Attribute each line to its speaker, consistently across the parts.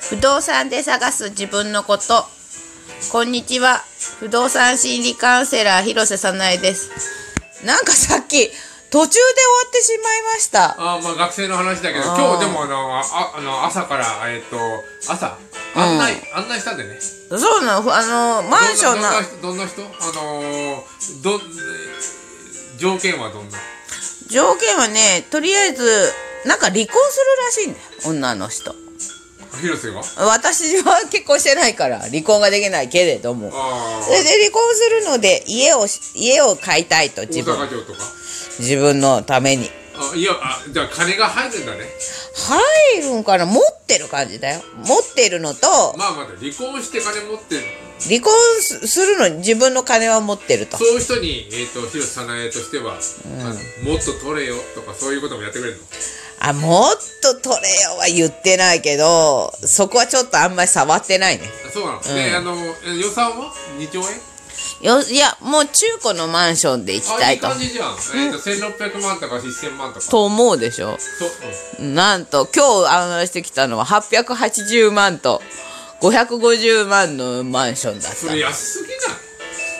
Speaker 1: 不動産で探す自分のことこんにちは不動産心理カウンセラー広瀬さなえですなんかさっき途中で終わってしまいました
Speaker 2: あーまあ学生の話だけど
Speaker 1: あー
Speaker 2: 今日でもあのああの朝からえっ、と朝案内、案内したんでね
Speaker 1: そうなのあのマンションの
Speaker 2: どんな人どんな人あのー、ど条件はどんな
Speaker 1: 条件はねとりあえずなんか離婚するらしいんだよ女の人
Speaker 2: 広瀬が
Speaker 1: 私は結婚してないから離婚ができないけれども
Speaker 2: あ
Speaker 1: それで離婚するので家をし家を買いたいと
Speaker 2: ー
Speaker 1: 自
Speaker 2: 大
Speaker 1: 分
Speaker 2: 阪城とか
Speaker 1: 自分のために
Speaker 2: あいやあじゃあ金が入るんだね
Speaker 1: 入るんかな持ってる感じだよ持ってるのと
Speaker 2: まあまだ離婚して金持ってる
Speaker 1: 離婚すするのに自分の金は持ってると
Speaker 2: そういう人に、えー、と広瀬さなえとしては、あのもっと取れよとかそういうこともやってくれるの
Speaker 1: あもっと取れよは言ってないけどそこはちょっとあんまり触ってないね
Speaker 2: あそうなの、であのえ予算は2兆円
Speaker 1: よいやもう中古のマンションで行き
Speaker 2: あ
Speaker 1: た
Speaker 2: いい
Speaker 1: いと
Speaker 2: 感じじゃん、えー、と1600万とか1000万とかそ
Speaker 1: と思うでしょ
Speaker 2: う、
Speaker 1: なんと今日案内してきたのは880万と550万のマンションだっ
Speaker 2: うん、そ
Speaker 1: た
Speaker 2: れ安すぎない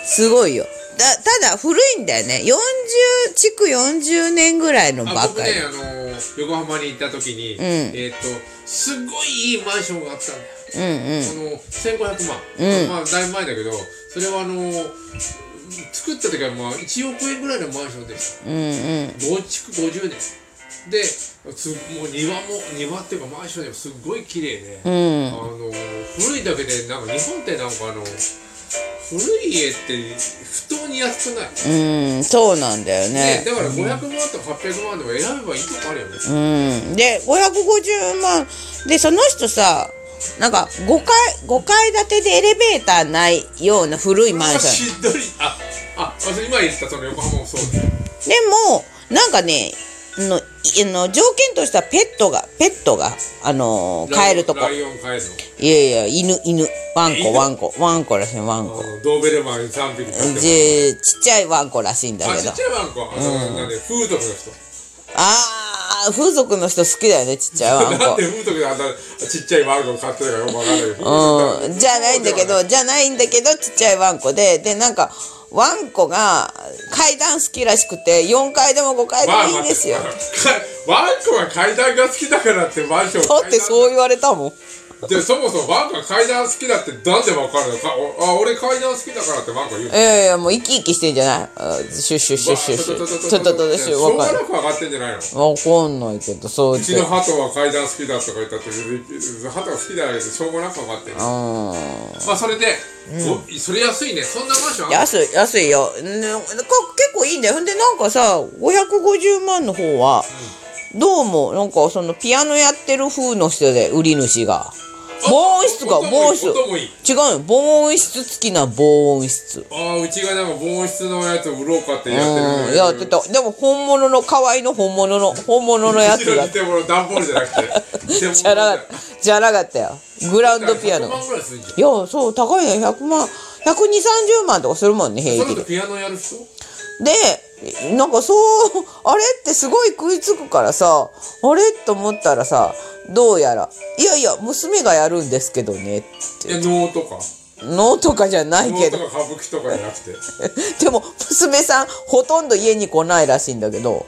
Speaker 1: すごいよだただ古いんだよね40築40年ぐらいのば
Speaker 2: あ
Speaker 1: っ
Speaker 2: 僕
Speaker 1: か
Speaker 2: ね
Speaker 1: り、
Speaker 2: あのー横浜に行った時に、えっ、とすごいいいマンションがあったんだよ、あの1500万、まあだいぶ前だけどそれはあのー作った時はまあ1億円ぐらいのマンションでした、うん築50年ですもう庭も庭っていうかマンションでもすごい綺麗で、あのー古いだけでなんか日本ってなんかあの古い家って不当に安くない、
Speaker 1: うんそうなんだよね
Speaker 2: ねだから500万とか800万とか選べばいいとこあるよね、
Speaker 1: うんで550万でその人さなんか5階5階建てでエレベーターないような古いマンション
Speaker 2: しんどいあああそう今言ったその横浜もそうだよ
Speaker 1: でもなんかねのいあの条件としてはペットがペットがあのー飼えるとこ
Speaker 2: ライオン飼える
Speaker 1: いやいや、犬、犬。ワンコ、
Speaker 2: 犬
Speaker 1: ワンコ。ワンコらしい、ワン
Speaker 2: の
Speaker 1: コ。
Speaker 2: あのドーベルマン3匹飼ってる
Speaker 1: で、ちっちゃいワンコらしいんだ
Speaker 2: あ
Speaker 1: け
Speaker 2: ち
Speaker 1: ど
Speaker 2: っ。ちゃいワンコあの、なんで風俗の人
Speaker 1: あー、風俗の人好きだよね、ちっちゃいワン
Speaker 2: なん
Speaker 1: コ
Speaker 2: で。風俗であんなちっちゃいワンコ飼ってるかよくわかんないけ
Speaker 1: う
Speaker 2: ど
Speaker 1: ん、じゃないんだけど、じゃないんだけど、ちっちゃいワンコで、で、なんか、ワンコが階段好きらしくて、4階でも5階で
Speaker 2: まあ
Speaker 1: もいいんですよ。
Speaker 2: ワンコが階段が好きだからってマンション
Speaker 1: だってそう言われたもん。
Speaker 2: でそもそもワンコが階段好きだってなんでわかるのかおあ俺階段好きだからってワンコ言う
Speaker 1: いやいや、もう生き生きしてんじゃないあシュッシュッシュッシュッシュッ。ちょっと
Speaker 2: で
Speaker 1: と
Speaker 2: し
Speaker 1: し
Speaker 2: ょ
Speaker 1: ょ、
Speaker 2: う
Speaker 1: わ
Speaker 2: が
Speaker 1: か
Speaker 2: な
Speaker 1: る。
Speaker 2: く上がってんじゃないの
Speaker 1: わかんないけど、そう
Speaker 2: う
Speaker 1: 言っ
Speaker 2: ち
Speaker 1: て
Speaker 2: の。鳩は階段好きだとか言ったって鳩が好きだけどしょうがなく分かってるま
Speaker 1: うん。
Speaker 2: あそれで、おそれ安いねそんなマンションある
Speaker 1: 安い安いよ、ね、こ結構いいんだよほんでなんかさ550万の方は、どうもなんかそのピアノやってる風の人で売り主が防音室か
Speaker 2: 音もいい
Speaker 1: 防音室
Speaker 2: 音もいい
Speaker 1: 違うよ防音室付きな防音室
Speaker 2: ああうちがなんか防音室のやつを売ろうかってやってるの
Speaker 1: う
Speaker 2: に
Speaker 1: んやってたでも本物の可愛いの本物の本物のやつ
Speaker 2: 後ろ
Speaker 1: が
Speaker 2: に偽物段ボールじゃな くて偽物
Speaker 1: じゃなかったじゃなかったよグラウンドピアノ
Speaker 2: 100万ぐらいするんじゃん
Speaker 1: いやそう高いね100万12030万とかするもんね平
Speaker 2: その
Speaker 1: 気で
Speaker 2: 人ピアノやる人
Speaker 1: でなんかそうあれってすごい食いつくからさあれと思ったらさどうやら「いやいや娘がやるんですけどね」って
Speaker 2: え能とか
Speaker 1: 「の」とかじゃない
Speaker 2: 能
Speaker 1: け
Speaker 2: と
Speaker 1: ど
Speaker 2: か歌舞伎とかじゃなくて
Speaker 1: でも娘さんほとんど家に来ないらしいんだけど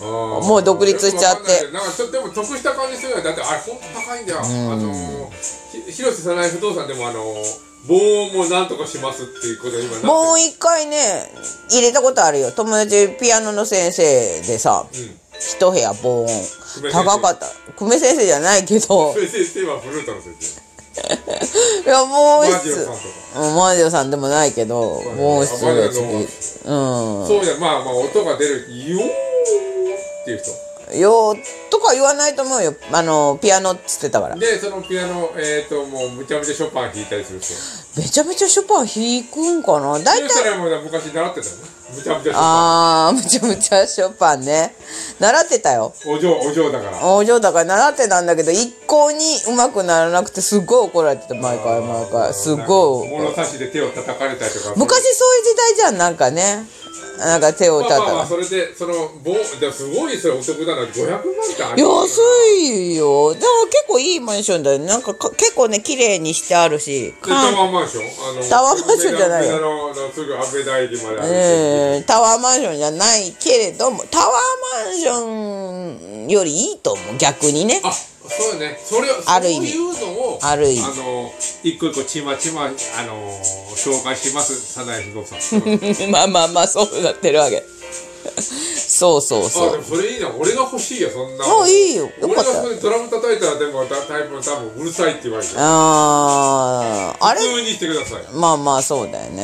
Speaker 2: も
Speaker 1: もう独立しちゃって
Speaker 2: なんかちょっとでも得した感じするよねだってあれほんと高いんだよ、あのひ広瀬さない不動産でもあの防音もなんとかしますっていうことに今なってる
Speaker 1: もう一回ね入れたことあるよ友達ピアノの先生でさ
Speaker 2: うん
Speaker 1: 一部屋防音
Speaker 2: 久米先生
Speaker 1: 高かった久米先生じゃないけど
Speaker 2: それ先生はフルートの先生
Speaker 1: いやもう
Speaker 2: マ
Speaker 1: 一
Speaker 2: ジオさんとか、
Speaker 1: うんマージョさんでもないけど、
Speaker 2: ね
Speaker 1: もう一人が
Speaker 2: マージ
Speaker 1: 次。う
Speaker 2: そうじゃまあまあ音が出るよーっていう人
Speaker 1: ん。よーとか言わないと思うよ。あの、ピアノっつってたから。
Speaker 2: でそのピアノえっ、ー、ともうむちゃむちゃショパン弾いたりする人
Speaker 1: めちゃめちゃショパン弾くんかな大
Speaker 2: 広瀬
Speaker 1: 体、
Speaker 2: さないも昔習ってたよねむちゃむちゃショパン
Speaker 1: あー、むちゃむちゃショパンね。習ってたよ。
Speaker 2: お嬢お嬢だから
Speaker 1: お嬢だから習ってたんだけど、一向に上手くならなくて、すっごい怒られてた、毎回毎回。すっごい怒られて。
Speaker 2: 物差しで手を叩かれたりとか
Speaker 1: 昔そういう時代じゃん、なんかね。なんか手を
Speaker 2: ま
Speaker 1: た
Speaker 2: あ
Speaker 1: た
Speaker 2: まあまあ
Speaker 1: ら
Speaker 2: それでその棒じゃあすごいそれお得だな500万ってある
Speaker 1: 安いよだから結構いいマンションだよなんかか結構ね綺麗にしてあるし
Speaker 2: でタワーマンションあの
Speaker 1: タワーマンションじゃないよ
Speaker 2: 梅田のあのすぐ安倍台駅まであるし
Speaker 1: うんタワーマンションじゃないけれどもタワーマンションよりいいと思う逆にね
Speaker 2: あそうねそれを
Speaker 1: ある意味
Speaker 2: そういうのを
Speaker 1: ある意味
Speaker 2: の一個一個ちまちまあの紹介しますサナエ不動産
Speaker 1: まあまあまあそうなってるわけ そうそう
Speaker 2: あ
Speaker 1: そ
Speaker 2: で
Speaker 1: う
Speaker 2: もそれいいな俺が欲しいよそんな
Speaker 1: あいいよよかった
Speaker 2: 俺がそこでドラム叩いたらでもだタイプの多分うるさいって言われて
Speaker 1: あーあれ
Speaker 2: 普通にしてください
Speaker 1: まあまあそうだよね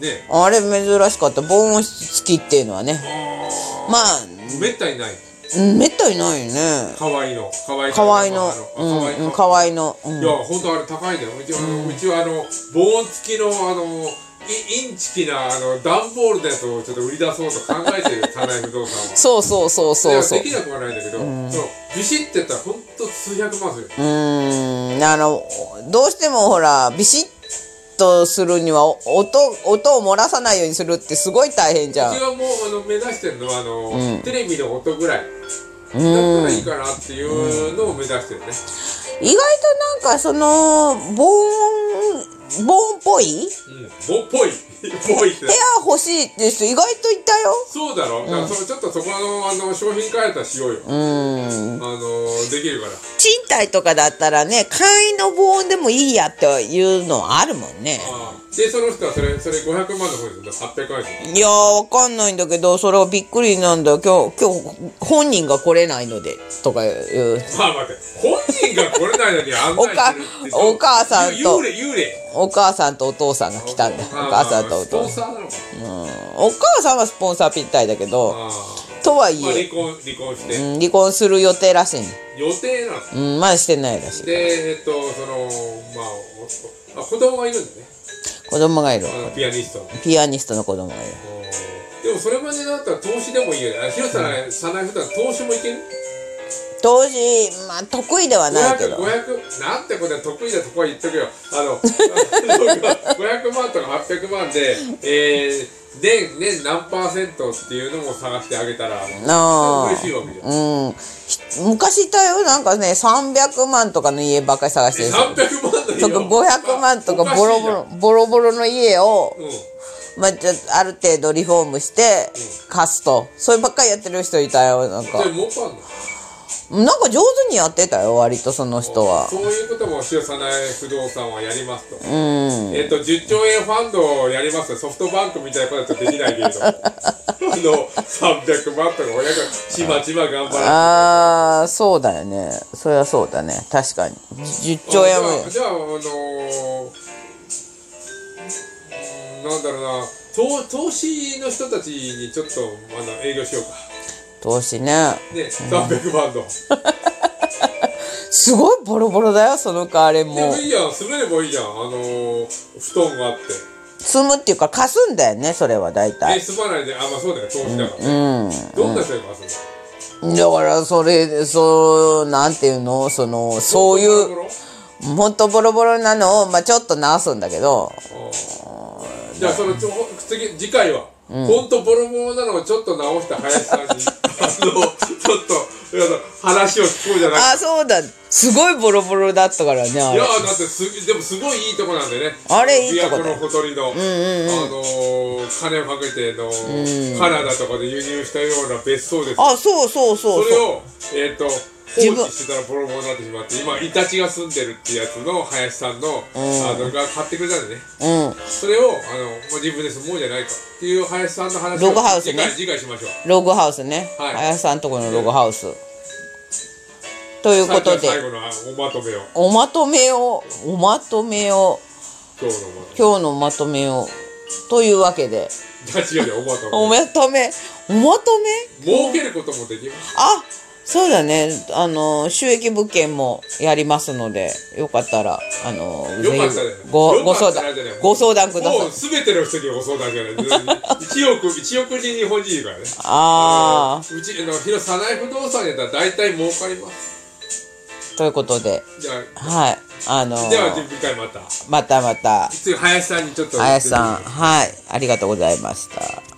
Speaker 2: ね
Speaker 1: あれ珍しかった防音室付きっていうのはね
Speaker 2: あ
Speaker 1: まあ
Speaker 2: ーめったにない
Speaker 1: うんめったにないよね
Speaker 2: 可愛いの可愛い
Speaker 1: 河合の
Speaker 2: あ
Speaker 1: う
Speaker 2: 可
Speaker 1: ん
Speaker 2: 愛
Speaker 1: うん
Speaker 2: 可
Speaker 1: 河合のうん
Speaker 2: いや本当あれ高いんだようちはあのうちはあの防音付きのあのイインチキなあの段ボールのやつをちょっと売り出そうと考えてるサナエ不動産は
Speaker 1: そうそうそう そうそう
Speaker 2: できなくはないんだけど、そのビシッてやったらほんと数百万する
Speaker 1: うーんあのどうしてもほらビシッとするにはお音音を漏らさないようにするってすごい大変じゃん
Speaker 2: うちはもうあの目指してるのはあの、
Speaker 1: うん
Speaker 2: テレビの音ぐらいだった
Speaker 1: う
Speaker 2: ら
Speaker 1: ん
Speaker 2: いいかなっていうのを目指してるね、
Speaker 1: 意外となんかその防音防音っぽい
Speaker 2: うん、ぼっぽい ぽいって
Speaker 1: 部屋欲しいっていう人意外といたよ
Speaker 2: そうだろ、だからそのちょっとそこのあの商品変えたらしようよ、あ
Speaker 1: うん
Speaker 2: のできるから
Speaker 1: 賃貸とかだったらね簡易の防音でもいいやっていうのあるもんね
Speaker 2: ああでその人はそれそれ500万の方に800万円です
Speaker 1: いやーわかんないんだけどそれはびっくりなんだ今日今日本人が来れないのでとかいう
Speaker 2: まあ待って本人が来れないのに案内してるって
Speaker 1: お母お母さんと
Speaker 2: 幽霊幽霊
Speaker 1: お母さんとお父さんが来たんだお母さんとお
Speaker 2: スポ
Speaker 1: 父さ
Speaker 2: ン
Speaker 1: ん
Speaker 2: サーなのか
Speaker 1: お母さんはスポンサーぴったりだけ
Speaker 2: な
Speaker 1: ど
Speaker 2: あ
Speaker 1: とは
Speaker 2: あ
Speaker 1: い
Speaker 2: まあ離
Speaker 1: え、
Speaker 2: 婚離婚して、
Speaker 1: うん、離婚する予定らしいね
Speaker 2: 予定なの
Speaker 1: うんまだしてないらしい
Speaker 2: でえっとそのまあおあ子供がいるんだね
Speaker 1: 子供がいる
Speaker 2: あのピアニストの
Speaker 1: ピアニストの子供がいる
Speaker 2: でもそれまでだったら投資でもいいよねあ広瀬さんね早苗普段投資もいける
Speaker 1: 当時まあ得意ではないけ
Speaker 2: 500、
Speaker 1: ど
Speaker 2: 500なんてことは得意だとこは言っとくよあ の500万とか800万で、えー、年年何パーセントっていうのも探してあげたら
Speaker 1: あ
Speaker 2: 嬉しいわけじゃん
Speaker 1: ーうんひ昔いたよなんかね300万とかの家ばっかり探してる人
Speaker 2: 300万の家
Speaker 1: とか500万とか
Speaker 2: おしい
Speaker 1: ボロボロボロボロの家を、
Speaker 2: じゃんうん
Speaker 1: まあ、ちょっとある程度リフォームして貸すとそればっかりやってる人いたよなんか
Speaker 2: それ儲かんの
Speaker 1: なんか上手にやってたよ割とその人は
Speaker 2: そういうことも潮早苗不動産はやりますと、
Speaker 1: うん
Speaker 2: えっと10兆円ファンドをやりますとソフトバンクみたいなことだとできないけれどもあの300万とか500万ちまちま頑張ら
Speaker 1: ああそうだよねそりゃそうだね確かに10兆円も
Speaker 2: じゃあじゃああのー、うーんなんだろうな投投資の人たちにちょっとあの営業しようか
Speaker 1: 投資ね
Speaker 2: ね300万の
Speaker 1: すごいボロボロだよその代わり
Speaker 2: で
Speaker 1: も
Speaker 2: も
Speaker 1: う
Speaker 2: いいやん住めればいいじゃんあのー、布団があって
Speaker 1: 住むっていうか貸すんだよねそれは大
Speaker 2: え
Speaker 1: 体
Speaker 2: 住まないであまあそうだよ投資だか
Speaker 1: う
Speaker 2: らね、
Speaker 1: ん
Speaker 2: どんな人が住む
Speaker 1: だからそれそうなんていうのそのそういう
Speaker 2: う
Speaker 1: ほんとボロボロなのを、まあ、ちょっと直すんだけど
Speaker 2: じゃあそのちょ次次回は、ほんとボロボロなのをちょっと直した林さんにあのちょっとあの話を聞こうじゃない
Speaker 1: あそうだすごいボロボロだったからねあ
Speaker 2: い
Speaker 1: れ
Speaker 2: やーだってすでもすごいいいとこなんでね
Speaker 1: あれいいとこだ
Speaker 2: 琵琶湖のほとりの、あのー、金をかけての、カナダとかで輸入したような別荘です
Speaker 1: あそうそう
Speaker 2: そ
Speaker 1: そう
Speaker 2: れ
Speaker 1: そう
Speaker 2: をえっ、と
Speaker 1: 自
Speaker 2: 放
Speaker 1: 分
Speaker 2: 置してたらボロボロになってしまって今イタチが住んでるってやつの林さんの、あのが買ってくれたんでね
Speaker 1: うん
Speaker 2: それをあのもう自分で住もうじゃないかっていう林さんの話を
Speaker 1: ログハウスね
Speaker 2: 次回次回しましょう
Speaker 1: ログハウスね、
Speaker 2: はい
Speaker 1: 林さんとこのログハウスということで
Speaker 2: 最後のおまとめを
Speaker 1: おまとめをおまとめを
Speaker 2: 今日のおまとめ
Speaker 1: 今日のまとめをというわけで
Speaker 2: じゃあ次回でおまと
Speaker 1: お
Speaker 2: め
Speaker 1: まとめおまとめ
Speaker 2: 儲けることもできます
Speaker 1: あそうだねあの収益物件もやりますのでよかったらあの
Speaker 2: よ
Speaker 1: ぜ
Speaker 2: かったね
Speaker 1: ひごご
Speaker 2: よか
Speaker 1: 相
Speaker 2: った
Speaker 1: 談
Speaker 2: ね
Speaker 1: ご相談くださ
Speaker 2: も
Speaker 1: いう
Speaker 2: すべての人にご相談じゃない1億一億人日本人いるからね
Speaker 1: あ
Speaker 2: うちあの広さない不動産やったら大体儲かります
Speaker 1: あということで
Speaker 2: じゃ
Speaker 1: はいあの
Speaker 2: あでは次回また
Speaker 1: またまた
Speaker 2: 次林さんにちょっと
Speaker 1: 林さんはいありがとうございました。